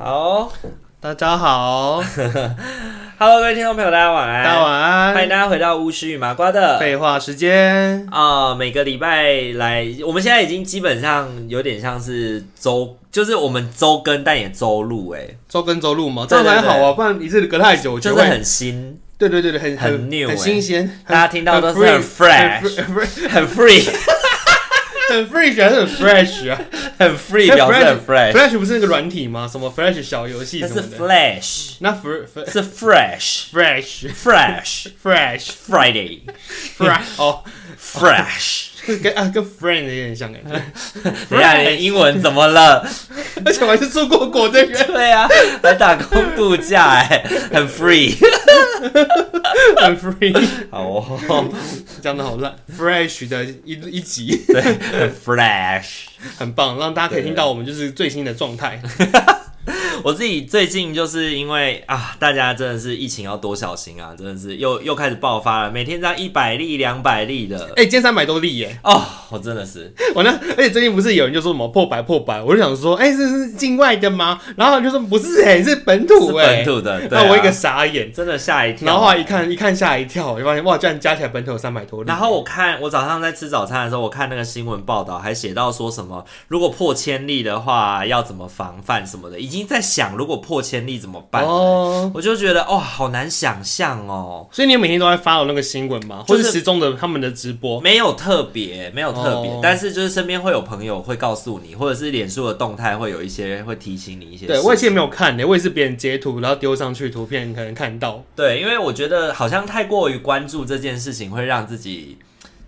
好 大家好， ，Hello，各位听众朋友，大家晚大安，家晚安。欢迎大家回到巫师与麻瓜的。废话时间，啊、每个礼拜来，我们现在已经基本上有点像是周，就是我们周更但也周录，哎，周跟周录嘛，这对样对才好啊，不然一次隔太久，我觉就得是会很新，对对对对，很很 new 很欸新鲜。大家听到都是 free，很 fresh 很 free，很 free，很 free，还是很 fresh 啊很 free，表示很 fresh， ？fresh 不是那个软体吗？什么 fresh 小游戏那什么是的？ flash，那 fr fr- 是 fresh，fresh fresh fresh Friday，fresh。 fresh 哦，跟啊跟 friend 有点像感觉， 等一下，你的英文怎么了？而且我还是出过国的 人，对啊，来打工度假哎、很 free。很 free，好 哦，讲的好烂，fresh 的一一集。 对，很 fresh。很棒，让大家可以听到我们就是最新的状态。我自己最近就是因为啊，大家真的是疫情要多小心啊，真的是又又开始爆发了，每天这样一百例、两百例的。 哎、今天三百多例耶！哦，我真的是，我那而且最近不是有人就说什么破百破百，我就想说，哎、这是境外的吗？然后就说不是哎、是本是土哎、本土的，对、那、啊，我一个傻眼，真的吓一跳。然后后来一，看一看吓一跳，我就发现哇，居然加起来本土有三百多例。然后我看我早上在吃早餐的时候，我看那个新闻报道，还写到说什么，如果破千例的话，要怎么防范什么的，已经在想如果破千例怎么办了哦，我就觉得哦，好难想象哦，所以你每天都在发了那个新闻吗？就是或是时钟的他们的直播？没有特别，没有特别，哦但是就是身边会有朋友会告诉你，或者是脸书的动态会有一些会提醒你一些事。对，我以前没有看呢、我也是别人截图然后丢上去，图片可能看到。对，因为我觉得好像太过于关注这件事情，会让自己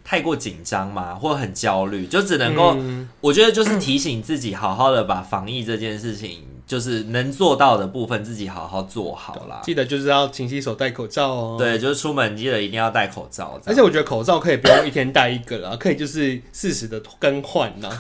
太过紧张嘛，或很焦虑，就只能够，嗯我觉得就是提醒自己，好好的把防疫这件事情，就是能做到的部分，自己好好做好啦。记得就是要勤洗手、戴口罩哦。对，就是出门记得一定要戴口罩，而这样且我觉得口罩可以不用一天戴一个啦，可以就是适时的更换啦。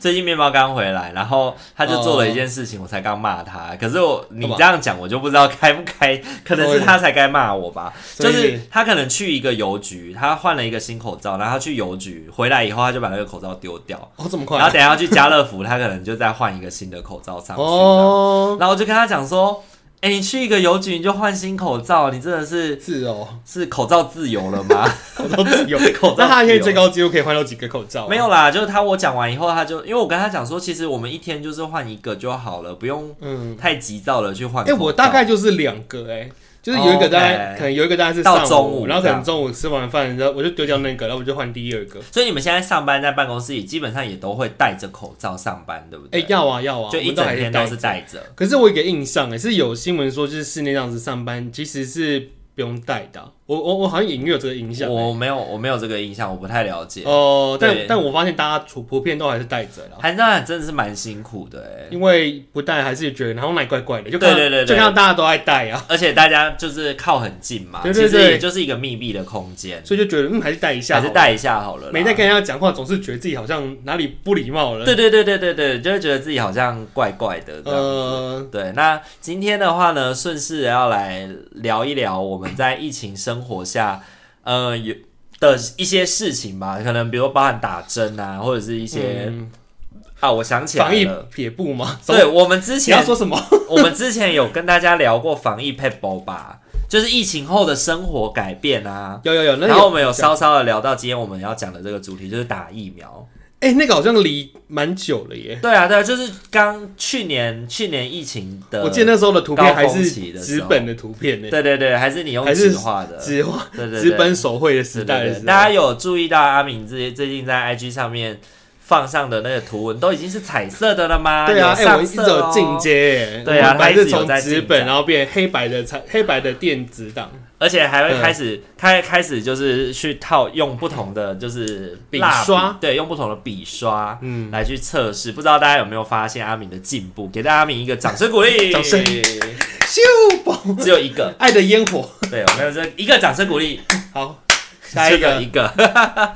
最近面包刚回来，然后他就做了一件事情，我才刚骂他。哦可是我你这样讲，我就不知道该不该，可能是他才该骂我吧。 所就以是他可能去一个邮局，他换了一个新口罩，然后他去邮局回来以后，他就把那个口罩丢掉。哦，这么快然后等一下要去家乐福，他可能就再换一个新的口罩上去。哦，然后我就跟他讲说：“哎、你去一个邮局你就换新口罩，你真的是是哦，是口罩自由了吗？” 口罩自由，口罩自由那他现在最高纪录可以换到几个口罩啊？没有啦，就是他我讲完以后，他就因为我跟他讲说，其实我们一天就是换一个就好了，不用嗯，太急躁了去换口哎，罩。我大概就是两个哎。就是有一个大概哦 OK 可能有一个大概是上到午中午然后可这能样中午吃完饭，然后我就丢掉那个，然后我就换第二个。所以你们现在上班在办公室里，基本上也都会戴着口罩上班，对不哎对？，要啊要啊，就我一们都整还天戴都是戴着。可是我有一个印象哎，是有新闻说就是室内这样子上班其实是不用戴的啊。我我我好像隐约有这个印象。我没有，我没有这个印象，我不太了解。哎哦，但对但我发现大家普普遍都还是戴着啦，韩娜真的是蛮辛苦的哎、因为不戴还是觉得然后奶怪怪的，就看到对对对对就看到大家都爱戴啊，而且大家就是靠很近嘛，对对其实对也就是一个密闭的空间，所以就觉得嗯还是戴一下还好了，是戴一下好了啦。没在跟人家讲话，总是觉得自己好像哪里不礼貌了。对对对对对对，就会觉得自己好像怪怪的这样子。呃，对，那今天的话呢，顺势要来聊一聊我们在疫情生活下，呃，有的一些事情吧，可能比如包含打针啊，或者是一些、嗯啊，我想起来防疫了，撇步嘛，什么对我们之你要前说什么？ 我们之前有跟大家聊过防疫 p e b l 吧，就是疫情后的生活改变啊。有有有，那然后我们有讲稍稍的聊到今天我们要讲的这个主题，就是打疫苗。哎，那个好像离蛮久了耶。对啊，对啊，就是刚去年去年疫情的，我记得那时候的图片还高峰是期的时纸候本的图片呢，对对对，还是你用还是纸画的，纸画对对对纸本手绘的时对代对的对，时大候家有注意到阿敏最最近在 IG 上面放上的那个图文都已经是彩色的了吗？对啊，有哎、我上们一直色哦有进阶、嗯对啊我们白它一是直有从在纸进本，展然后变黑白的彩黑白的电子档，而且还会嗯开始开开始就是去套用不同的就是笔蜡刷对，用不同的笔刷，嗯来去测试。不知道大家有没有发现阿敏的进步？给大家阿敏一个掌声鼓励，掌声咻嘣，只有一个，爱的烟火。对，我没有这一个掌声鼓励，好， 下一只有个一个。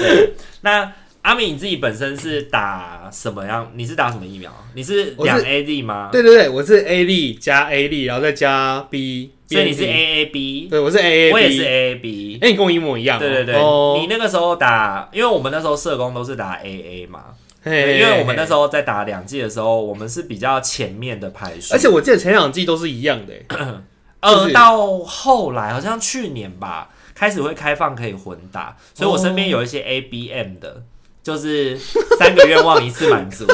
对，那阿敏你自己本身是打什么样？你是打什么疫苗？你是我是两 A D 吗？，对对对，我是 A 粒加 A 粒，然后再加 B，所以你是 BND A A B，对，我是 A A，我也是 A A B。哎、你跟我一模一样、哦。对对对，哦你那个时候打，因为我们那时候社工都是打 AA 嘛，嘿对因为我们那时候，候在打两季的时候，我们是比较前面的排序，而且我记得前两季都是一样的、哎就呃是到后来好像去年吧，开始会开放可以混打，所以我哦身边有一些 ABM 的，就是三个愿望一次满足，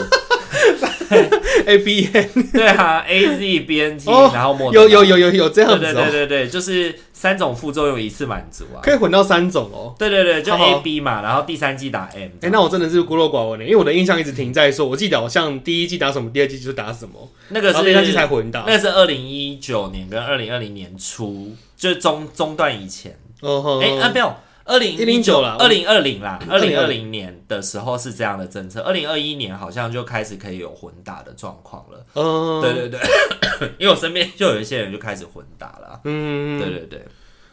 A B N，对啊，AZ BNT，、哦然后莫德纳有有有有有这样对子对哦、对对对，就是三种副作用一次满足啊，可以混到三种哦、对对对，就好好 A B 嘛，然后第三季打 M，哎、那我真的是孤陋寡闻的，因为我的印象一直停在说，我记得好像第一季打什么，第二季就打什么，那个然后第三季是才混到。那是二零一九年跟二零二零年初，就是中中段以前。哦吼，哎、啊没有，二零109啦二零二零啦，二零二2020零年的时候是这样的政策，二零二一年好像就开始可以有混打的状况了。嗯，对，对对， 因为我身边就有一些人就开始混打了。啊嗯，对对对，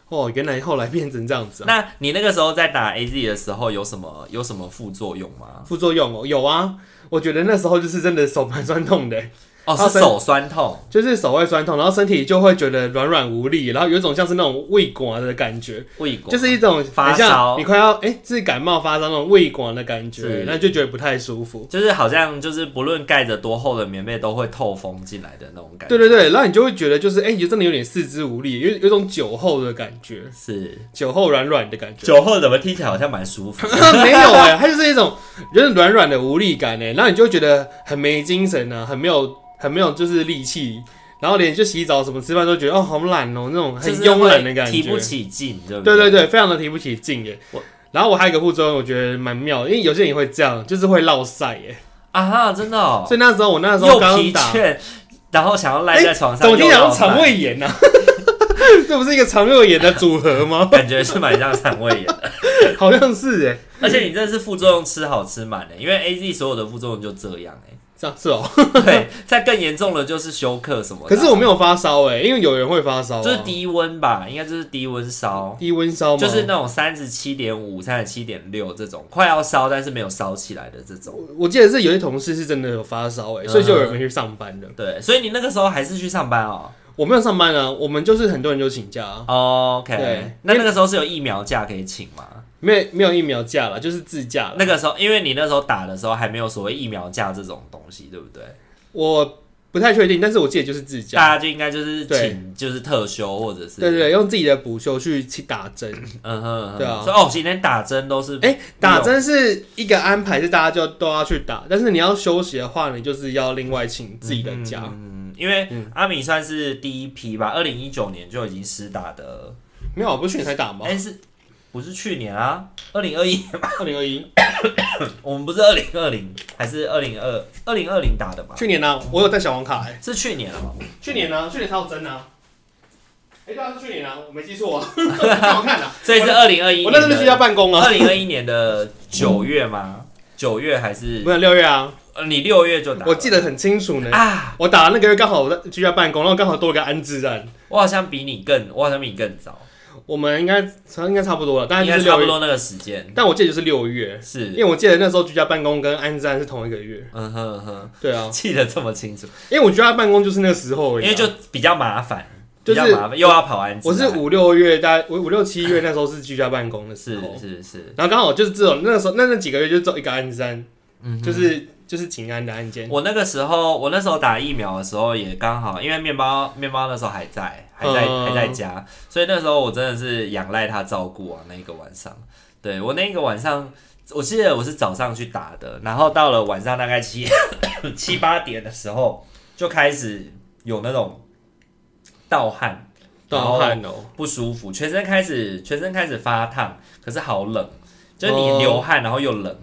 哦，原来后来变成这样子啊。那你那个时候在打 AZ 的时候有什么有什么副作用吗？副作用哦、有啊，我觉得那时候就是真的手蛮酸痛的、哦，啊是手酸痛，就是手会酸痛，然后身体就会觉得软软无力，然后有一种像是那种胃寡的感觉，胃管就是一种发很像烧你快要哎、是感冒发烧那种胃管的感觉是，那就觉得不太舒服。就是好像就是不论盖着多厚的棉被都会透风进来的那种感觉。对对对，然后你就会觉得就是哎，你、就真的有点四肢无力，有有种酒后的感觉，是酒 后软软的感觉。酒后怎么听起来好像蛮舒服的？没有哎、它就是一种就是软软的无力感哎、然后你就会觉得很没精神啊，很没有很没有就是力气，然后连就洗澡什么吃饭都觉得哦好懒哦、那种很就是慵会懒的感觉，提不起劲，对不对对对对，非常的提不起劲耶我。然后我还有一个副作用，我觉得蛮妙的，因为有些人也会这样，就是会落晒耶。啊哈，真的哦，所以那时候我那时候又刚疲打，倦，然后想要赖在床上，怎么听又讲要是肠胃炎啊？ 这不是一个肠胃炎的组合吗 饭，？ 感觉是蛮像肠胃炎的。好像是哎，而且你这是副作用吃好吃满的，因为 A Z 所有的副作用就这样 哎。这样是哦。对，再更严重的就是休克什么的可啊。是我没有发烧哎，因为有人会发烧啊，就是低温吧，应该就是低温烧。低温烧吗？就是那种三十七点五、三十七点六这种快要烧，但是没有烧起来的这种。我记得是有些同事是真的有发烧嗯哎，所以就有人没去上班的。对，所以你那个时候还是去上班哦。我没有上班啊，我们就是很多人就请假啊，对 OK，那那个时候是有疫苗假可以请吗？没有没有疫苗假了，就是自驾了。那个时候，因为你那时候打的时候还没有所谓疫苗假这种东西，对不对？我不太确定，但是我记得就是自驾。大家就应该就是对请就是特休或者是对对，对，用自己的补休去去打针。嗯哼嗯哼，对啊所以哦，今天打针都是哎、打针是一个安排，是大家就都要去打，但是你要休息的话，你就是要另外请自己的假。嗯，因为阿米算是第一批吧，二零一九年就已经施打的，没有，我不是去年才打吗？哎是。不是去年啊，二零二一，二零二一，我们不是二零二零，还是二零二二零二零打的吧？去年呢、啊我有带小黄卡哎、是去年哦、去年呢、去年才有针啊。哎、对啊，是去年啊，我没记 错啊，好看啊。所以是二零二一。我那时候就居家办公啊，二零二一年的九月吗？九月还是没有六月啊，呃你六月就打了？我记得很清楚呢。啊，我打那个月刚好我在居家办公，然后刚好多了个安置站，我好像比你更，我好像比你更早，我们应该应该差不多了，大概应就该是差六不月，多那个时间。但我记得就是六月，因是，为我记得那时候居家办公跟安置站是同一个月。嗯哼嗯哼，对啊，记得这么清楚，因为我居家办公就是那个时候而因已啊、为就比较麻烦，就比是较麻烦，又要跑安置我是啊五六月，大概我五六七月那时候是居家办公的时是候，是是，然后刚好就是这种那个时候那那几个月就只有一个案件，嗯哼。就是就是景安的案件，我那个时候，我那时候打疫苗的时候也刚好，因为面包面包那时候还在，还在、嗯还在家，所以那时候我真的是仰赖他照顾啊。那一个晚上，对我那一个晚上，我记得我是早上去打的，然后到了晚上大概七七八点的时候，就开始有那种盗汗，盗汗哦、不舒服，全身开始全身开始发烫，可是好冷，就是哦你流汗然后又冷，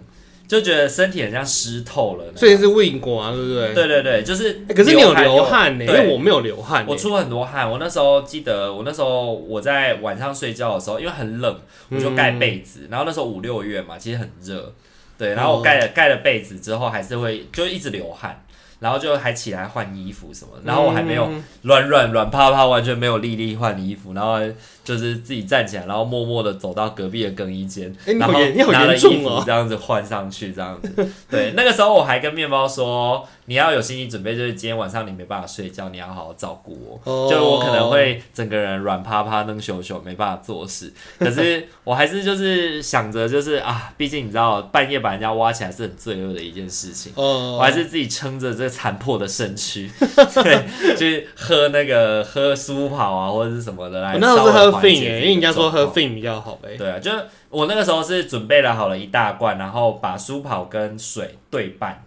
就觉得身体很像湿透了那样。所以是 win 果啊，对不对？对对对，就是、欸可是你有流汗呢、对因为我没有流汗、欸。我出很多汗，我那时候记得，我那时候我在晚上睡觉的时候，因为很冷，我就盖被子。然后那时候五六月嘛，其实很热，对。然后我盖哦了盖了被子之后，还是会就一直流汗，然后就还起来换衣服什么的。然后我还没有嗯软软软趴趴，完全没有力力换衣服，然后就是自己站起来，然后默默的走到隔壁的更衣间，欸你然好后严你好拿了严衣重哦服这样子换上去，这样子。对， 那个时候我还跟面包说，你要有心理准备，就是今天晚上你没办法睡觉，你要好好照顾我。哦就我可能会整个人软趴趴、愣羞羞，没办法做 事。可是我还是就是想着，就是啊，毕竟你知道，半夜把人家挖起来是很罪恶的一件事情。哦，我还是自己撑着这残破的身躯， 对，去喝那个喝苏跑啊，或者是什么的来哦我那稍时微候是缓解自己喝的状况。 fin 欸因为人家说喝 fin 比较好呗、对啊，就是我那个时候是准备了好了一大罐，然后把苏跑跟水对半，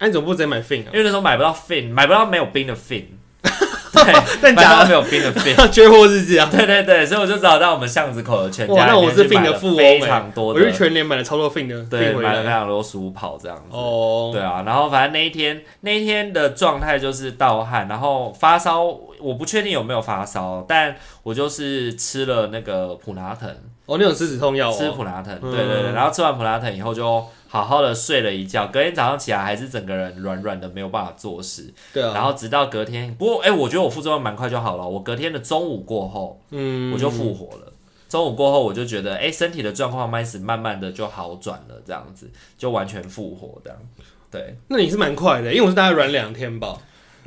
那、你怎么不直接买啊 fin 因为那时候买不到 fin，买不到没有冰的 fin，对，但买假的 不到没有冰的 fin。啊？缺货是这样。 对对对，所以我就找到我们巷子口的全哇，家那里我面是去 fin 买的了富翁、非欸，常多我去的，全年买了超多 fin 的 fin 对，回买了非来。常多苏跑这样子。哦，对啊，然后反正那一天那一天的状态就是盗汗，然后发烧，我不确定有没有发烧，但我就是吃了那个普拿疼，哦，那种吃止痛药吃哦，普拿疼，嗯对对对，然后吃完普拿疼以后就好好的睡了一觉，隔天早上起来还是整个人软软的，没有办法做事，对啊，然后直到隔天，不过哎、我觉得我副作用蛮快就好了，我隔天的中午过后嗯，我就复活了。中午过后，我就觉得，哎、身体的状况开始慢慢的就好转了，这样子就完全复活这样。对，那你是蛮快的，因为我是大概软两天吧。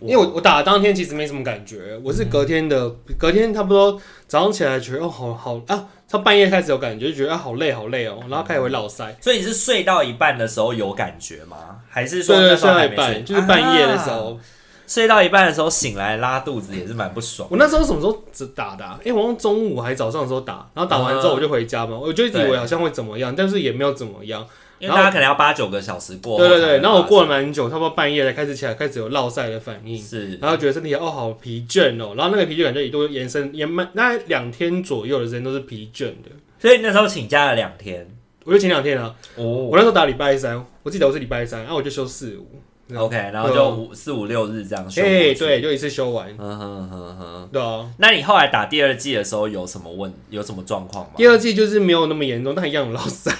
因为我我打的当天其实没什么感觉，我是隔天的、隔天差不多早上起来觉得哦好好啊，到半夜开始有感觉，就觉得啊好累好累哦，然后开始会落腮，所以你是睡到一半的时候有感觉吗？还是说睡那到时睡候到还一没睡半，就是半夜的时啊候，睡到一半的时候醒来拉肚子也是蛮不爽。我那时候什么时候只打的、啊？哎、我好像中午还早上的时候打，然后打完之后我就回家嘛，我就以为好像会怎么样，但是也没有怎么样。因为大家可能要八九个小时过后对对对，才能然后我发过了蛮久，差不多半夜才开始起来，开始有落晒的反应，是然后觉得身体哦好疲倦哦，然后那个疲倦感觉一度延伸延慢，大概两天左右的时间都是疲倦的。所以那时候请假了两天我就前两天啊，哦我那时候打礼拜三，我记得我是礼拜三，然、啊后我就休四五， ，OK，然后就五四五六日这样休。哎、，对，就一次休完，嗯哼哼哼。对啊。那你后来打第二季的时候有什么问有什么状况吗？第二季就是没有那么严重，但一样有落 晒。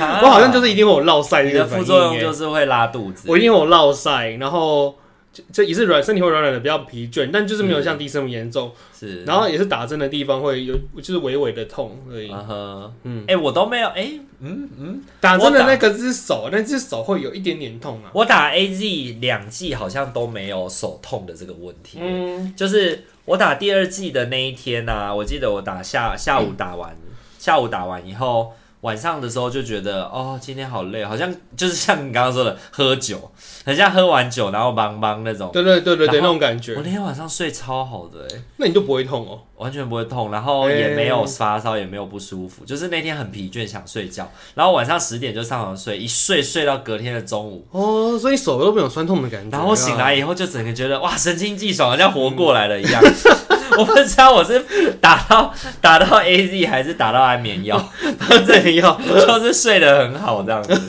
啊我好像就是一定会有落晒你这的个反副应、作用欸就是会拉肚子我一定有落晒，然后就就也是软，身体会软软的，比较疲倦，但就是没有像第一次那么严重。是，然后也是打针的地方会有，就是微微的痛而已。嗯哼，嗯，哎，我都没有哎，嗯嗯。打针的那个只手，那只手会有一点点痛啊。我打 A Z 两季好像都没有手痛的这个问题，嗯，就是我打第二季的那一天呢、啊，我记得我打下下午打完，嗯下午打完以后，晚上的时候就觉得哦，今天好累，好像就是像你刚刚说的喝酒，很像喝完酒然后茫茫那种。对对对对对，然后那种感我觉，那天晚上睡超好的、欸，那你就不会痛哦。完全不会痛，然后也没有发烧，也没有不舒服，就是那天很疲倦想睡觉，然后晚上十点就上床睡，一睡睡到隔天的中午。哦，所以手都没有酸痛的感觉。然后醒来以后就整个觉得哇，神清气爽，好像活嗯过来了一样。 我不知道我是打到打到 A Z 还是打到安眠药， 这里要就是睡得很好这样 子。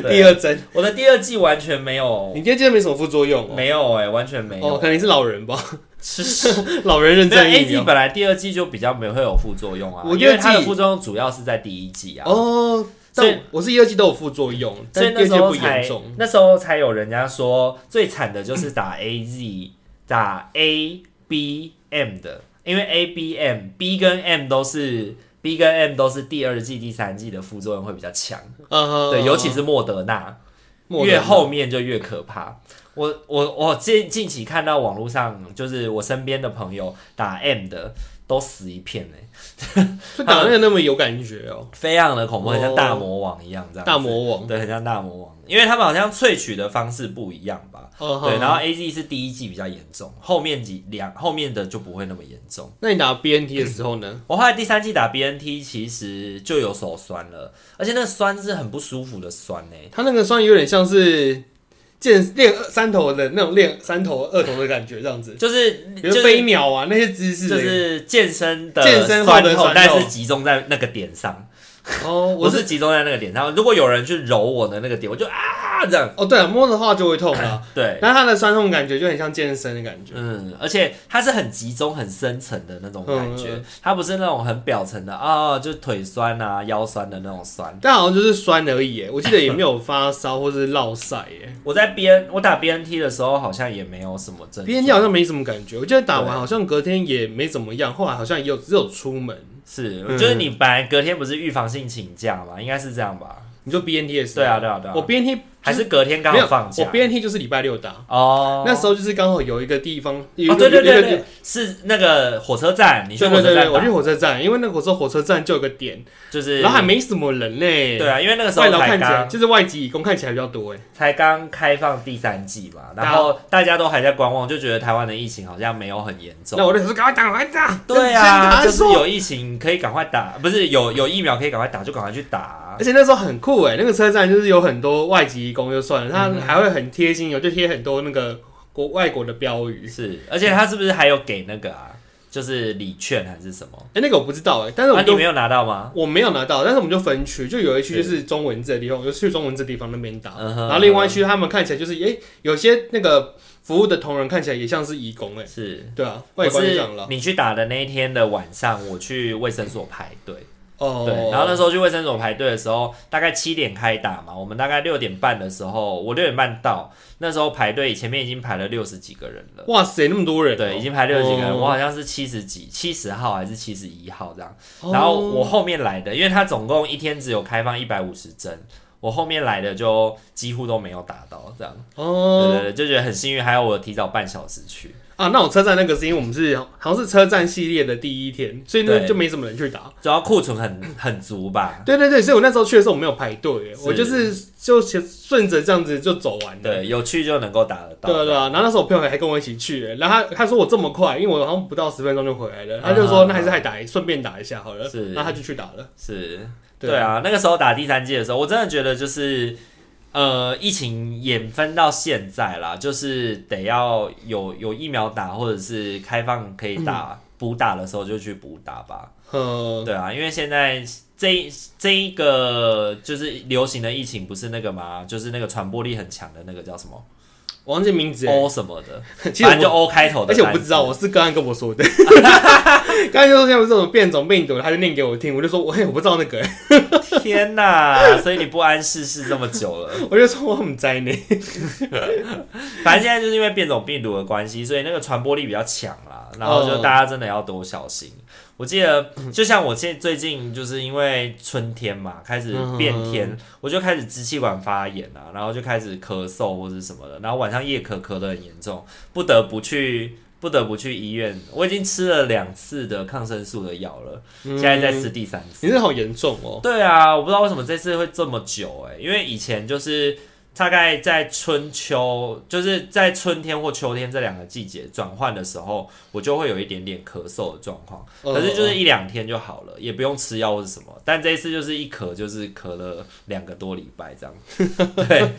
对第二针，我的第二季完全没有你第二针没什么副作用哦。没有哎、完全没有。哦，可能你是老人吧， 是是，老人认没有证 A 疫 Z 苗。本来第二季就比较没会有副作用啊，我因第二为它的季副作用主要是在第一季啊。哦，所以但我是一、二季都有副作用，所以但第那二时季候不才严重。那时候才有人家说最惨的就是打 A Z 打 A B M 的，因为 A B M B 跟 M 都是 B 跟 M 都是第二季第三季的副作用会比较强，呃，对，尤其是莫德纳，莫德纳越后面就越可怕。我我我近近期看到网络上就是我身边的朋友打 M 的都死一片哎、就嗯打那个那么有感觉哦，非常的恐怖，很像哦大魔王一样这样子。大魔王。对，很啊像大魔王，因为他们好像萃取的方式不一样吧。哦对，好然后 A Z 是第一季比较严重，后面几两后面的就不会那么严重。那你打 BNT 的时候呢？我后来第三季打 B N T 其实就有手酸了，而且那个酸是很不舒服的酸欸呢、它那个酸有点像是剑练二三头的那种练三头二头的感觉，这样子，就是比 就如是飞鸟啊那些姿势，就是健身的健身后酸的痛酸，但痛是集中在那个点上。哦，我我是是集中在那个点上。如果有人去揉我的那个点，我就啊这样。哦，对了，摸的话就会痛啦。对，但它的酸痛感觉就很像健身的感觉。嗯，而且它是很集中、很深层的那种感觉，嗯它不是那种很表层的啊、就腿酸啊、腰酸的那种酸。但好像就是酸而已耶，我记得也没有发烧 或是落晒耶。我在 B N 我打 B N T 的时候好像也没有什么症状。 B N T 好像没什么感觉，我记得打对完好像隔天也没怎么样，后来好像也有只有出门，是，嗯就是你本来隔天不是预防性请假嘛，应该是这样吧？你就 B N T 也是对啊，对啊，对啊。我 B N T 还是隔天刚没好有放假我 B N T 就是礼拜六打，哦。那时候就是刚好有一个地方，有哦，一对个对有一对个对，是那个火车站，你去对火对车对对，站我去吧，火车站，因为那火车火车站就有个点，就是然后还没什么人嘞。对啊，因为那个时外候劳才看起来刚就是外籍义工看起来比较多哎。才刚开放第三季嘛，大家然后大家都还在观望，就觉得台湾的疫情好像没有很严重那。我就说赶快打，赶快打。哦对先打啊，再就是说有疫情可以赶快打，不是有有疫苗可以赶快打就赶快去打啊而。且那时候很酷哎，那个车站就是有很多外籍义工就算了，嗯他还会很贴心，有就贴很多那个国外国的标语。是，而且他是不是还有给那个啊，就是礼券还是什么？哎、那个我不知道哎，但是我啊，们你就、没有拿到吗？我没有拿到，但是我们就分区，就有一区就是中文字的地方，我就去中文字的地方那边打，嗯哼然后另外一区他们看起来就是哎、诶有些那个服务的同仁看起来也像是义工哎，是，对啊，外我观就这是样了。你去打的那一天的晚上，我去卫生所排队。哦，对，然后那时候去卫生所排队的时候，大概七点开打嘛，我们大概六点半的时候，我六点半到，那时候排队前面已经排了六十几个人了，哇塞，那么多人哦、对，已经排六十几个人，哦我好像是七十几，七十号还是七十一号这样，哦然后我后面来的，因为他总共一天只有开放一百五十针，我后面来的就几乎都没有打到这样，对哦对对，就觉得很幸运，还有我提早半小时去，啊，那我车站那个是因为我们是好像是车站系列的第一天，所以那对就没什么人去打。主要库存很很足吧，对对对，所以我那时候去的时候我没有排队耶，是我就是就顺着这样子就走完了。啊对，有去就能够打得到，嗯对啊对啊，然后那时候我朋友还跟我一起去耶，然后他他说我这么快，因为我好像不到十分钟就回来了，他就啊说那还是还打一，顺便打一下好了，是然后他就去打了。是。对对啊，那个时候打第三季的时候，我真的觉得就是，呃，疫情延分到现在啦，就是得要有有疫苗打，或者是开放可以打补、打的时候就去补打吧。嗯，对啊，因为现在这一这一个就是流行的疫情不是那个嘛，就是那个传播力很强的那个叫什么我忘记名字耶，欸 O 什么的， 其哦反实正就我 O 开头的而单且字，我不知道，我是刚刚跟我说 的，刚才就说现在有这种变种病毒，他就念给我听，我就说哎我嘿我不知道那个欸耶，天哪！所以你不谙世事这么久了。 我就说我很灾呢。反正现在就是因为变种病毒的关系，所以那个传播力比较强啦，然后就嗯大家真的要多小心。我记得，就像我现最近就是因为春天嘛，开始变天，我就开始支气管发炎啊，然后就开始咳嗽或者什么的，然后晚上夜咳咳得很严重，不得不去不得不去医院。我已经吃了两次的抗生素的药了，嗯现在在吃第三次。你这好严重哦，对啊，我不知道为什么这次会这么久哎、因为以前就是大概在春秋，就是在春天或秋天这两个季节转换的时候，我就会有一点点咳嗽的状况，嗯可哦是就是一两天就好了，也不用吃药或是什么。但这一次就是一咳就是咳了两个多礼拜 这样。对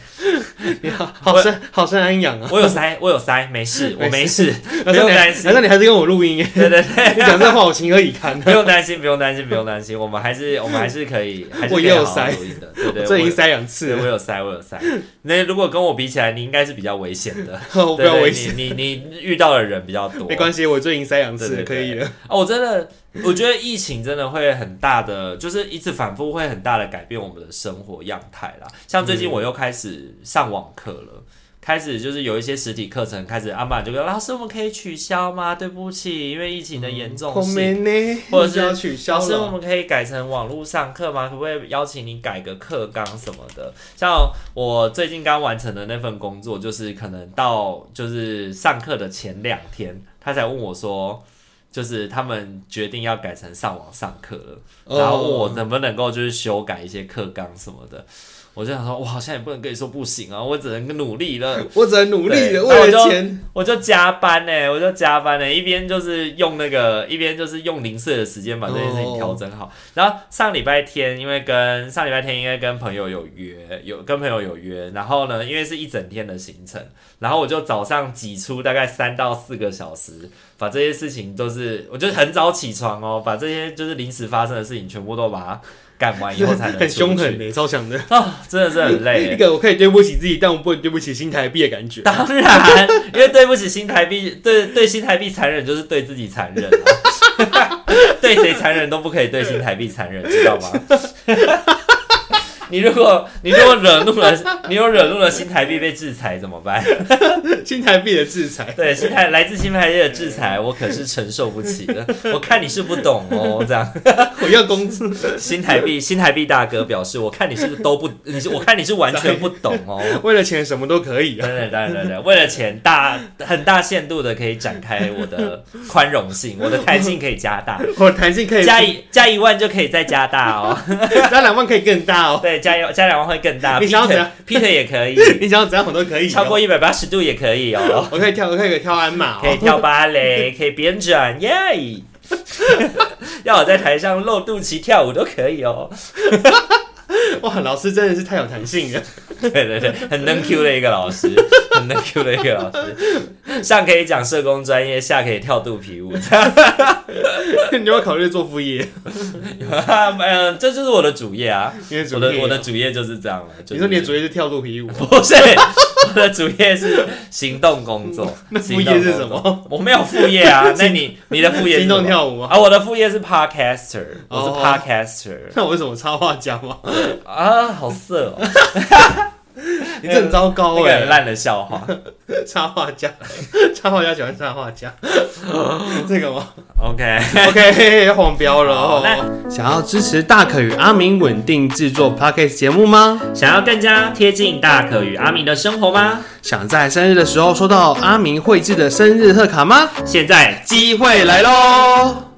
你好好生好生安养啊，我有塞，我有塞，没 事，我没事，还不是用你还担还是心。你还是跟我录音欸耶。对对对。你讲 这话我情何以堪不用担心，不用担心，不用担心，我们还是我们还是可以，还是我可以也有好好塞录音的，对对，我这已我经塞两对，次我了，有塞，我有塞。 那如果跟我比起来，你应该是比较危险的， 我不要对对危险，你你你遇到的人比较多，没关系，我最近塞两次对对了可以了。哦，我真的，我觉得疫情真的会很大的，就是一直反复，会很大的改变我们的生活样态啦。像最嗯近我又开始上网课了。开始就是有一些实体课程，开始阿妈就跟老师，我们可以取消吗？对不起，因为疫情的严重嗯后性，面呢，或者是要取消老师，我了。们可以改成网络上课吗？可不可以邀请你改个课纲什么的？像我最近刚完成的那份工作，就是可能到就是上课的前两天，他才问我说，就是他们决定要改成上网上课了，哦然后问我能不能够就是修改一些课纲什么的。我就想说，我好像也不能跟你说不行啊，我只能努力了。我只能努力对了，为那我了就钱。我就加班呢、我就加班呢、欸一边就是用那个，一边就是用零碎的时间把哦这件事情调整好。然后上礼拜天，因为跟上礼拜天因为跟朋友有约，有跟朋友有约，然后呢，因为是一整天的行程，然后我就早上挤出大概三到四个小时，把这些事情都是，我就很早起床哦，把这些就是临时发生的事情全部都把它干完以后才 能很凶出去狠的、欸超强的。啊，真的是很 累一耶。个我可以对不起自己，但我不能对不起新台币的感觉。 当然，因为对不起新台币， 对对新台币残忍就是对自己残忍、啊， 对谁残忍都不可以对新台币残忍，知道吗？ 你如果你如果惹怒了，你如果惹怒了新台币被制裁怎么办？ 新台币的制裁，对，新台来自新台币的制裁，我可是承受不起的。我看你是不懂哦，这样我要工资， 新台币新台币大哥表示，我看你是不是都不，你是我看你是完全不懂哦。为了钱什么都可以啊。当然，当然，当然，为了钱，大很大限度的可以展开我的宽容性，我的弹性可以加 大，我弹性可以加一加一万就可以再加大哦。 加两万可以更大哦， 对，加一加两万会更大。你想要怎样劈腿也可以，你想要怎样我都可以哦。超过一百八十度也可以哦，我可以跳，我可以跳鞍马可以哦。跳芭蕾，可以编转，耶！ 要我在台上露肚脐跳舞都可以哦。哇，老师真的是太有弹性了。 对对对，很能 Q 的一个老师，很能 Q 的一个老师，上可以讲社工专业，下可以跳肚皮舞。你有没有考虑做副业？ 嗯，这就是我的主业啊。你的主我业哦的我的主业就是这样了。啊就是、你说你的主业是跳肚皮舞， 不是我的主业是行动工作， 那行副动业工是作什？么？我没有副业 啊。那你你的副业是心什动么？跳舞吗？ 啊，我的副业是 podcaster，我是哦 podcaster 那我是什么插画家吗？啊，好色哦， 你这很糟 那糕个很哎！烂的笑话。插画 家，插画家喜欢插画家，这个吗？ OK， OK，要黄标了好哦。想要支持大可与阿明稳定制作 Podcast 节目吗？想要更加贴近大可与阿明的生活吗？想在生日的时候收到阿明绘制的生日贺卡吗？现在机会来喽！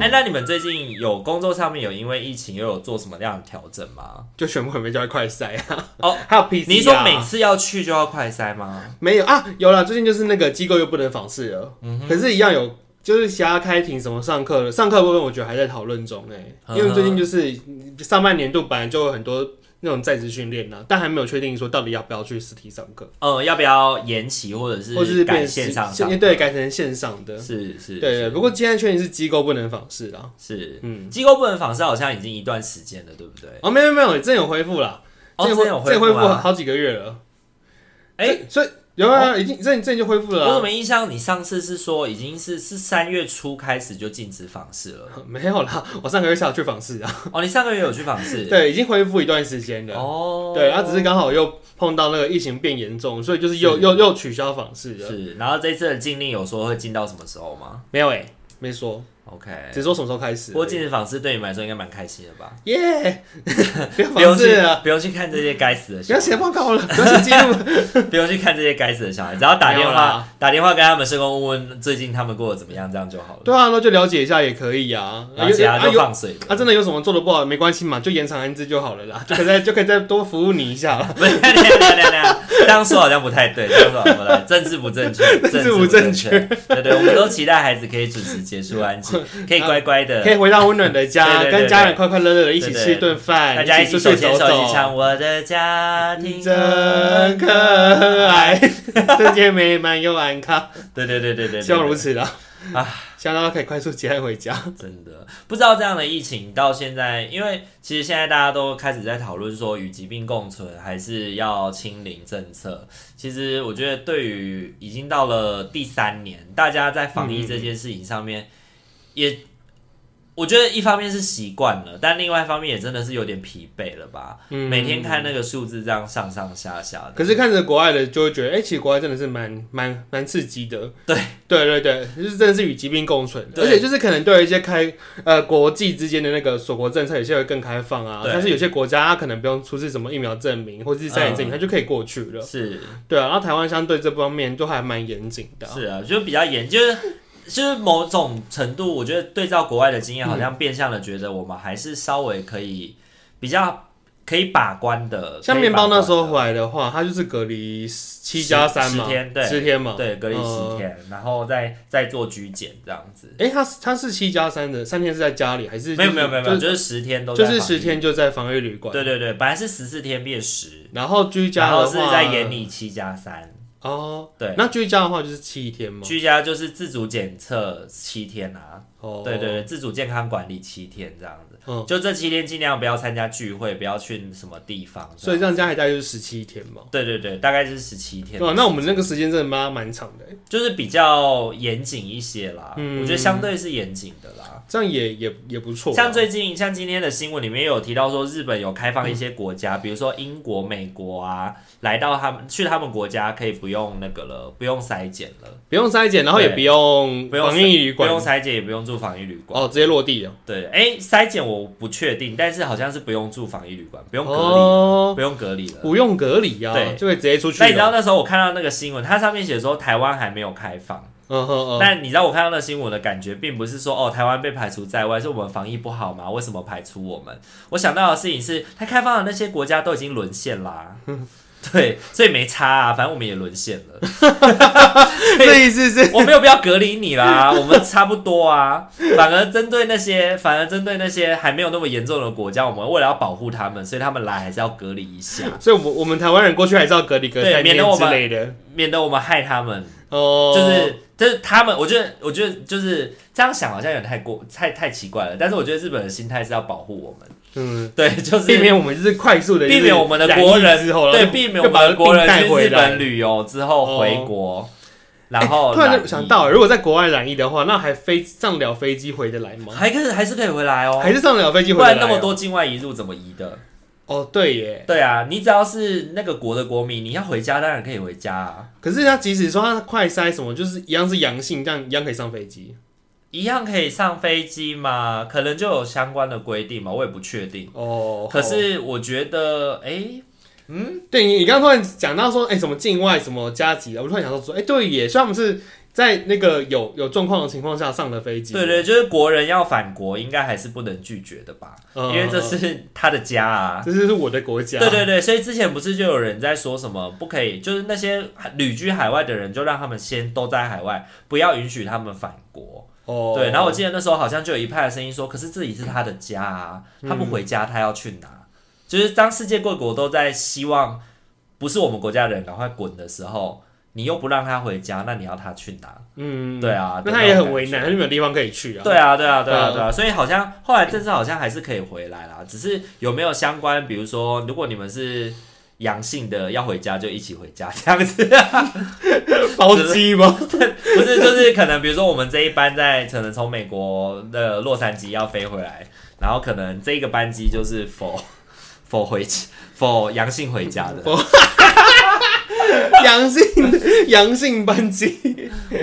哎，那你们最近有工作上面有因为疫情又有做什么样的调整吗？就全部很没叫快筛啊！哦， 还有 PC，、啊、你是说每次要去就要快筛吗？没有啊？有了，最近就是那个机构又不能访视了，嗯可是，一样有。就是其他开庭什么上课的，上课部分我觉得还在讨论中哎、嗯哼因为最近就是上半年度本来就有很多那种在职训练啦，但还没有确定说到底要不要去实体上课，嗯，要不要延期或者或者是是改变线实上现上？对改成线上的，是是，对对。不过今天确定是机构不能访视啦，是嗯，机构不能访视，好像已经一段时间了，对不对？哦没有没有，真有恢复啦，哦，真真的有恢恢复复吗？好几个月了，哎、所以有啊，已经这这就恢复了我啊、怎么印象你上次是说已经是是三月初开始就禁止访视了？ 没有啦，我上个月下去访视啊，哦，你上个月有去 访视？对，已经恢复一段时间了。哦，对，然后只是刚好又碰到那个疫情变严重，所以就是又是又又取消访视了。是，然后这次的禁令有说会禁到什么时候吗没有哎、没说， ？OK，只说什么时候开始而不过已。禁止访视对你们来说应该蛮开心的吧？耶， 不要不用访去视了，不用去看这些该死的不小要写报告了，不 要写记 录了。不用去看这些该死的小孩，只要打电没有话啦打电话跟他们社工问问最近他们过得怎么样，这样就好了。对啊，那就了解一下也可以啊。然后其他啊就有。放水了。啊，真的有什么做的不好没关系嘛，就延长安置就好了啦，就可以再就可以再多服务你一下啦。不是，等一下等一下等一下这样说好像不太对，这样说好像不太对，政治不正确，治不不正正确，对对，我们都期待孩子可以准时结束安置，可以乖乖的可，以回到温暖的对家，对对跟家人快快乐乐的一起对对吃一顿饭，大家一起起出手去走牵手，一起走，唱《我的家庭真可 爱，世界美满又安康。对对对对对，希望如此。此啦。啊啊，希望大家可以快速结案回家。真的不知道这样的疫情到现在，因为其实现在大家都开始在讨论说与疾病共存，还是要清零政策。其实我觉得对于已经到了第三年，大家在防疫这件事情上面，也我觉得一方面是习惯了，但另外一方面也真的是有点疲惫了吧。嗯啊每天看那个数字这样上上下下的，可是看着国外的，就会觉得，哎、其实国外真的是蛮蛮蛮刺激的。对，对对对，就是真的是与疾病共存，对而且就是可能对一些开呃国际之间的那个锁国政策，有些会更开放啊。对但是有些国家它可能不用出示什么疫苗证明或者是筛检证明，它就可以过去了。是对啊，然后台湾相对这方面都还蛮严谨的啊。是啊，就比较严，就是就是某种程度，我觉得对照国外的经验，好像变相的觉得我们还是稍微可以比较可以把关的。像面包那时候回来，来的话，它就是隔离七加三嘛，十天对十天嘛，对，隔离十呃。天，然后再再做居检这样子。哎，它是它是七加三的，三天是在家里还是没有没有没有没有，就就是十天都就在是防十疫。天就在防疫旅馆，对对对，本来是十四天变十，然后居家然的话后是在眼里七加三。哦，对，那居家的话就是七天嘛，居家就是自主检测七天啊，哦，对啊对，对，自主健康管理七天这样子，嗯就这七天尽量不要参加聚会，不要去什么地方，所以这样加起来大概就是十七天嘛，对对对，大概就是十七天。对吧？啊那我们那个时间真的蛮蛮长的欸，就是比较严谨一些啦，嗯我觉得相对是严谨的啦。这样也也也不错啊，像最近，像今天的新闻里面有提到说，日本有开放一些国家，比如说英国、美国啊，来到他们去他们国家可以不用那个了，不用筛检了，不用筛检，然后也对不用不用防疫旅不用馆，筛检，也不用住防疫旅馆。哦，直接落地了，对，哎、筛检我不确定，但是好像是不用住防疫旅馆，不用隔离，哦，不用隔离了。不用隔离啊，对就可以直接出去那你知了，道那时候我看到那个新闻，它上面写说台湾还没有开放。嗯哼嗯，但你知道我看到那新闻的感觉，并不是说哦台湾被排除在外，是我们防疫不好吗？为什么排除我们？我想到的事情是，它开放的那些国家都已经沦 陷啦。对，所以没差啊，反正我们也沦陷了。这意思是我没有必要隔离 你啦，我们差不多啊。反而针对那些，反而针对那些还没有那么严重的国家，我们为了要保护他们，所以他们来还是要隔离一下，所以，我们我们台湾人过去还是要隔离隔对三天免得我之们类的，免得我们害他们。哦，就是就是他们，我觉得我觉得就是这样想好像有点太过太太奇怪了。但是我觉得日本的心态是要保护我 们，嗯，对，就是避免我们就是快速的避免我们的国人之后，对然后避免就我把们的国人病带去回日来哦本旅游之后回国，然后哎突然染就疫想到，如果在国外染疫的话，那还飞上了飞机回得来吗？还可以还是可以回来哦，还是上了飞机不回得来、啊然那么，多境外移入怎么移的？哦，对耶。对啊，你只要是那个国的国民，你要回家当然可以回家啊，可是他即使说他快筛什么，就是一样是阳性，这样一样可以上飞机。一样可以上飞机嘛，可能就有相关的规定嘛，我也不确定。哦可是我觉得，哎、对你，你刚刚突然讲到说，哎、什么境外什么加急的，我突然想到说，哎、对耶，所以他们是在那个有有状况的情况下上的飞机。对对，就是国人要返国，应该还是不能拒绝的吧？嗯，因为这是他的家啊。这是我的国家。对对对，所以之前不是就有人在说什么不可以，就是那些旅居海外的人，就让他们先都在海外，不要允许他们返国。哦，对，然后我记得那时候好像就有一派的声音说，可是这里是他的家啊，他不回家，他要去哪？就是当世界各国都在希望不是我们国家的人赶快滚的时候，你又不让他回家，那你要他去哪？嗯，对啊那对他那也种很感为觉难，他就没有地方可以去啊。对啊，对啊，对啊，嗯对啊，所以好像后来政治好像还是可以回来啦，只是有没有相关，比如说，如果你们是阳性的，要回家就一起回家这样子， 包机吗？不是就是可能，比如说我们这一班在可能从美国的洛杉矶要飞回来，然后可能这一个班机就是否 否回否阳性回家嗯的，阳性阳性班机，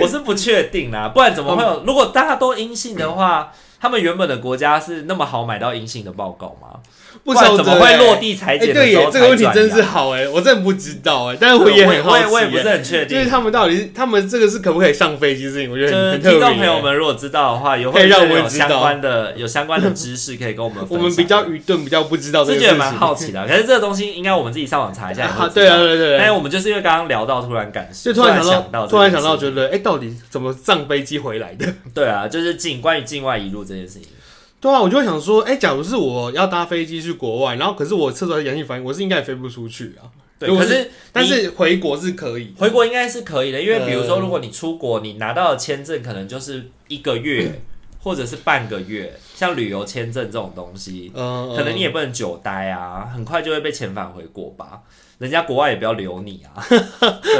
我是不确定啦，不然怎么会有？如果大家都阴性的话，他们原本的国家是那么好买到阴性的报告吗？不然晓怎得么会欸落。地裁哎，剪的对时候耶，才这个转阳、问题真是好哎，我真的不知道哎，但 是我也很好我奇也我也不是欸，很确就是定。他们到底是他们这个是可不可以上飞机事情，我觉就得很是很特别。听众朋友，们如果知道的话，也可会以让我有知道相关的有相关的知识可以跟我们分享。我们比较愚钝，比较不知道这是个觉事得情。蛮好奇的，啊可是这个东西应该我们自己上网查一下也会知啊，道。对啊，对对但是对，我们就是因为刚刚聊到，突然感就突然想想到到，突然这想件到，事情觉得哎，到底怎么上飞机回来的？对啊，就是境关于境外一路这件事情， 对啊，我就会想说，哎、假如是我要搭飞机去国外，然后可是我测出来是阳性反应，我是应该也飞不出去啊。对，如果可是但是回国是可以，回国应该是可以的，因为比如说，呃如果你出国，你拿到的签证可能就是一个月或者是半个月，像旅游签证这种东西，嗯，可能你也不能久待啊，很快就会被遣返回国吧。人家国外也不要留你啊，对啊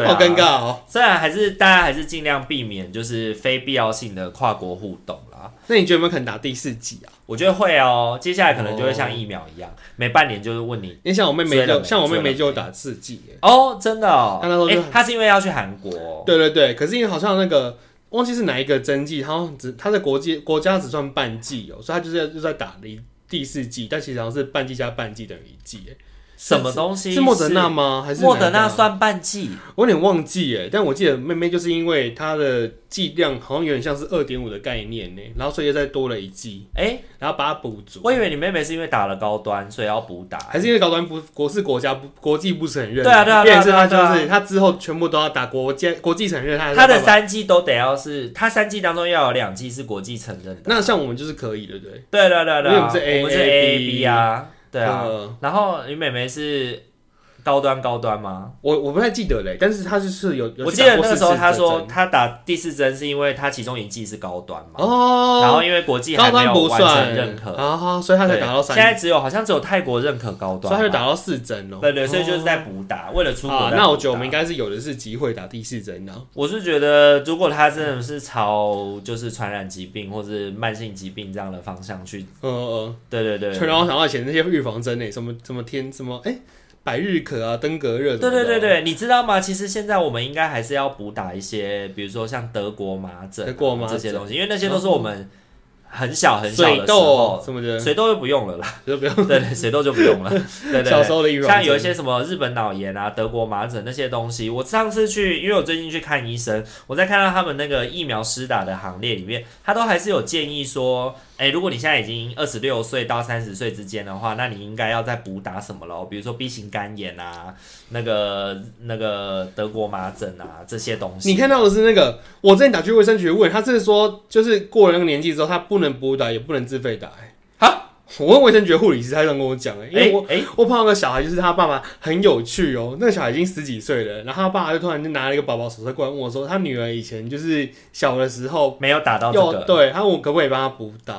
好尴。尬哦。虽然还是大家还是尽量避免就是非必要性的跨国互动啦。那你觉得有没有可能打第四季啊？我觉得会哦，接下来可能就会像哦疫苗一样，每半年就是问你因为像我妹妹追了就没像我妹追了妹没就有打四季耶。哦，真的哦，他那时候就诶他是因为要去韩国，对对对，可是因为好像那个忘记是哪一个针剂，好像只它在国际国家只算半剂哦，所以它就是就在打了一第四季，但其实好像是半剂加半剂等于一剂耶。什么东西是莫德纳？吗？还是莫哪德纳一家？算半剂？我有点忘记哎，但我记得妹妹就是因为它的剂量好像有点像是二点五的概念呢，然后所以又再多了一剂，哎、然后把它补足。我以为你妹妹是因为打了高端，所以要补打。还是因为高端不国是国家不国际不承认，对啊对啊对啊变成是对他啊就对是他之后全部都要打国际国际承认，他她的三三剂都得要是，她三剂当中要有两剂是国际承认的。那像我们就是可以的，对不对？对对对因对啊，为我们是 A 我们是 A A B B 啊，对啊。呃然后你妹妹是高端高端吗？我我不太记得嘞，但是他就是有，有我去记打得过那个四时候次她的说针她打第四针是因为她其中一剂是高端嘛，哦，然后因为国际还高没端有不完成算认可，啊，所以他才打到对三，现在只有好像只有泰国认可高所以端吧，他就打到四针哦。对对，所以就是哦在补打，为了出国啊，在那我补觉得我们打应该是有的是机会打第四针的、啊。我是觉得，如果他真的是朝就是传染疾病或是慢性疾病这样的方向去，呃呃，对对对，突然我想到以前那些预防针呢、什么什么天什么哎、百日咳啊、登革热什对么的对哦，对对，你知道吗？其实现在我们应该还是要补打一些，比如说像德国麻疹啊、德国麻疹这些东西，因为那些都是我们很小很小水的时候痘，啊什么的，水痘就不用了啦，就不要对对，水痘就不用了，对对小对时。候的预防针。像有一些什么日本脑炎啊、德国麻疹那些东西，我上次去，因为我最近去看医生，我在看到他们那个疫苗施打的行列里面，他都还是有建议说，哎、如果你现在已经二十六岁到三十岁之间的话，那你应该要再补打什么咯，比如说 B 型肝炎啊，那个那个德国麻疹啊这些东西。你看到的是那个，我之前打去卫生局问，他是说就是过了那个年纪之后，他不能补打，也不能自费打、欸。哈，我问卫生局的护理师，他这样跟我讲、欸，因哎为我。哎、 我碰到个小孩，就是他爸爸很有趣哦。那个小孩已经十几岁了，然后他爸爸就突然就拿了一个宝宝手册过来问我说，他女儿以前就是小的时候没有打到这要、个，对，他问我可不可以帮他补打，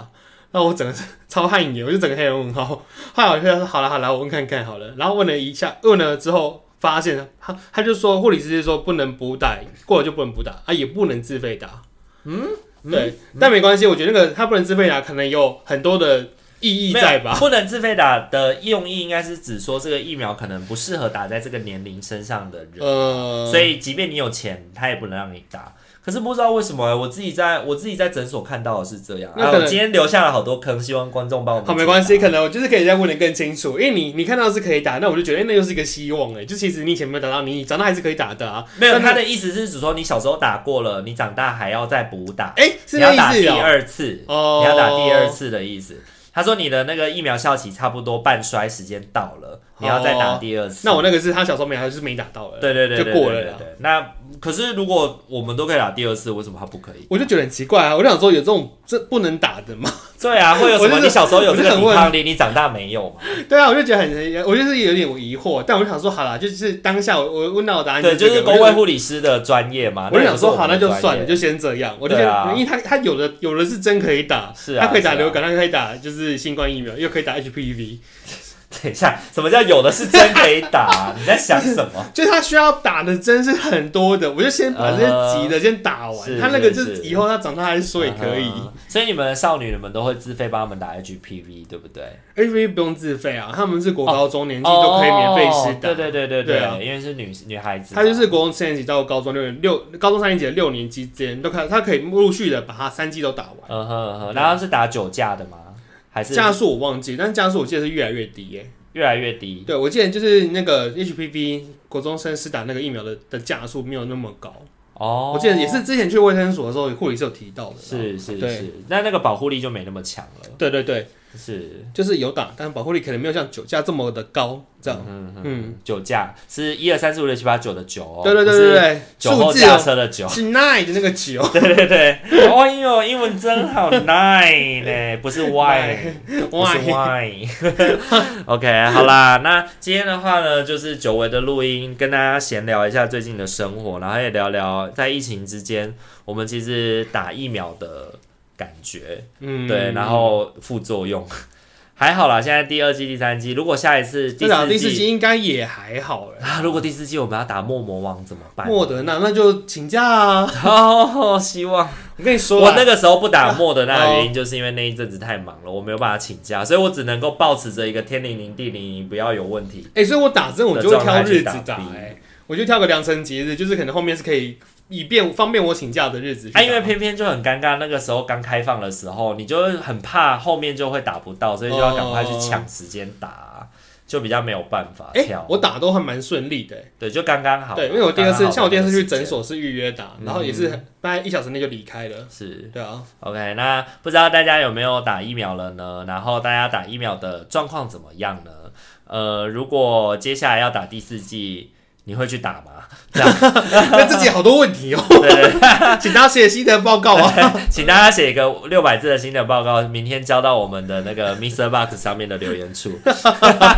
然后我整个是 超汗颜，我就整个黑人问号。后来我就说好了好了，我问看看好了。然后问了一下，问了之后发现他他就说护理师就说不能补打，过了就不能补打啊，也不能自费打。嗯，对，但没关系，我觉得那个他不能自费打，可能有很多的意义没有在吧？不能自费打的用意应该是指说这个疫苗可能不适合打在这个年龄身上的人。呃，所以即便你有钱，他也不能让你打。可是不知道为什么、啊我自己在我自己在诊所看到的是这样。那啊，可我能今天留下了好多坑，希望观众帮我们。好，没关系，。可能我就是可以再问的更清楚，因为你你看到是可以打，那我就觉得、哎那又是一个希望哎、就其实你以前没有打到，你长大还是可以打的啊。没有，但是他的意思是指说你小时候打过了，你长大还要再补打，哎、是你那要打意思第哦、二次，哦你要打第二次的意思。他说你的那个疫苗效期差不多半衰时间到了，你要再打第二次。哦那我那个是他小时候没打，就是没打到了。对对对对对就过了对啦对对那可是如果我们都可以打第二次，为什么他不可以？我就觉得很奇怪啊！我就想说，有这种这不能打的吗？ 对啊，会有什我就么？是你小时候有这我就个很抵问抗力，你长大没有嘛？对啊，我就觉得很，我就是有点我疑惑。但我就想说，好啦，就是当下我我问到的答案对，这就个是公卫。护理师的专业嘛。我就我就那想也不是说，我好，们那的就专业算了，就先这样。我就觉得，对啊因为他他有的有的是真可以打，是啊他可以打是啊流感，他可以打就是新冠疫苗，又可以打 HPV，等一下，什么叫有的是针可以打？你在想什 么？就是他需要打的针是很多的。我就先把这些急的先打完，是他那个就是是是以后他长大还是说也可以。嗯所以你们的少女们都会自费帮他们打 HPV，对不对？ HPV 哎不用自费啊，他们是国高中年纪都可以免费施哦打。对对对对对啊因为是啊女女孩子嘛。他就是国中四年级到高中六年六，高中三年级的六年级之间都看，他可以陆续的把他三季都打完。嗯哼嗯哼，然后是打九价的吗？还是加速我忘记，但是加速我记得是越来越低耶、越来越低？对，我记得就是那个 HPV 国中生施打那个疫苗的的价数没有那么高。哦，我记得也是之前去卫生所的时候，护理是有提到的。，是是对是，那那个保护力就没那么强了。对对对，是，就是有打，但是保护力可能没有像酒驾这么的高。这样，嗯哼，嗯，九价是一二三四五六七八九的九哦，对对对不是对对，酒数后字驾哦车的酒。是 nine 的那个酒， 对对对，哦哟，英文真 好 nine 呢，不是 wine，不是 wine wine。OK，好啦，那今天的话呢，就是久违的录音，跟大家闲聊一下最近的生活，然后也聊聊在疫情之间，我们其实打疫苗的感觉，嗯，对，然后副作用。还好啦，现在第二季、第三季，如果下一次第这两四啊第四季季应该也还好了。啊，如果第四季我们要打莫魔王怎么办？ 莫德纳，那就请假啊！哦，希望。我跟你说我啊，那个时候不打莫德纳的原因，就是因为那一阵子太忙了，我没有办法请假，所以我只能够保持着一个天灵灵地灵灵，不要有问题。哎、所以我打针我就会挑日子的状打、态去打哎，我就挑个良辰吉日，就是可能后面是可以以便方便我请假的日子去打。啊，因为偏偏就很尴尬，那个时候刚开放的时候，你就很怕后面就会打不到，所以就要赶快去抢时间打，就比较没有办法哎、跳。我打都还蛮顺利的、对，就刚刚好。啊对，因为我第二刚刚次好嗯像我第二次那个去时间诊所是预约打，然后也是很大概一小时内就离开了。是对啊， OK，那不知道大家有没有打疫苗了呢？然后大家打疫苗的状况怎么样呢？呃，如果接下来要打第四剂，你会去打吗？那自己好多问题 哦，请大家写心得报告啊。请大家写一个六百字的新的报告，明天交到我们的那个 Mr. Box 上面的留言处。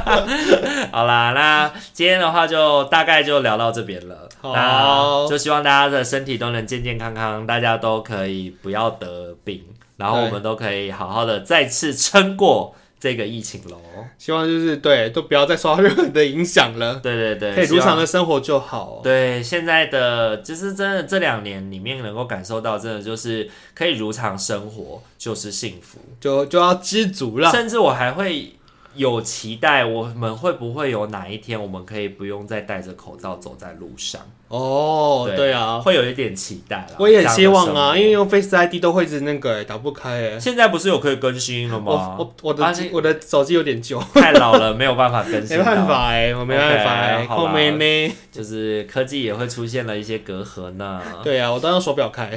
好啦，那今天的话就大概就聊到这边了。好那就希望大家的身体都能健健康康，大家都可以不要得病，然后对我们都可以好好的再次撑过这个疫情喽。希望就是对，都不要再受到任何的影响了，对对对，可以希如望常的生活就好。对，现在的就是真的这两年里面能够感受到，真的就是可以如常生活就是幸福。就就要知足啦。甚至我还会有期待，我们会不会有哪一天我们可以不用再戴着口罩走在路上？哦，对对啊，会有一点期待啦。我也很这样的希望生活啊，因为用 Face ID 都会一直那个、欸、打不开哎、现在不是有可以更新了我吗？我我啊的你我的手机有点旧，太老了，没有办法更没新。办，法哎、我没办法哎、 OK，好后吧面呢？就是科技也会出现了一些隔阂呢。对啊，我都用手表 开。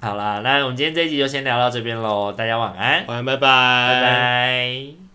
好啦，那我们今天这一集就先聊到这边喽，大家晚安，晚安，拜拜，拜拜拜。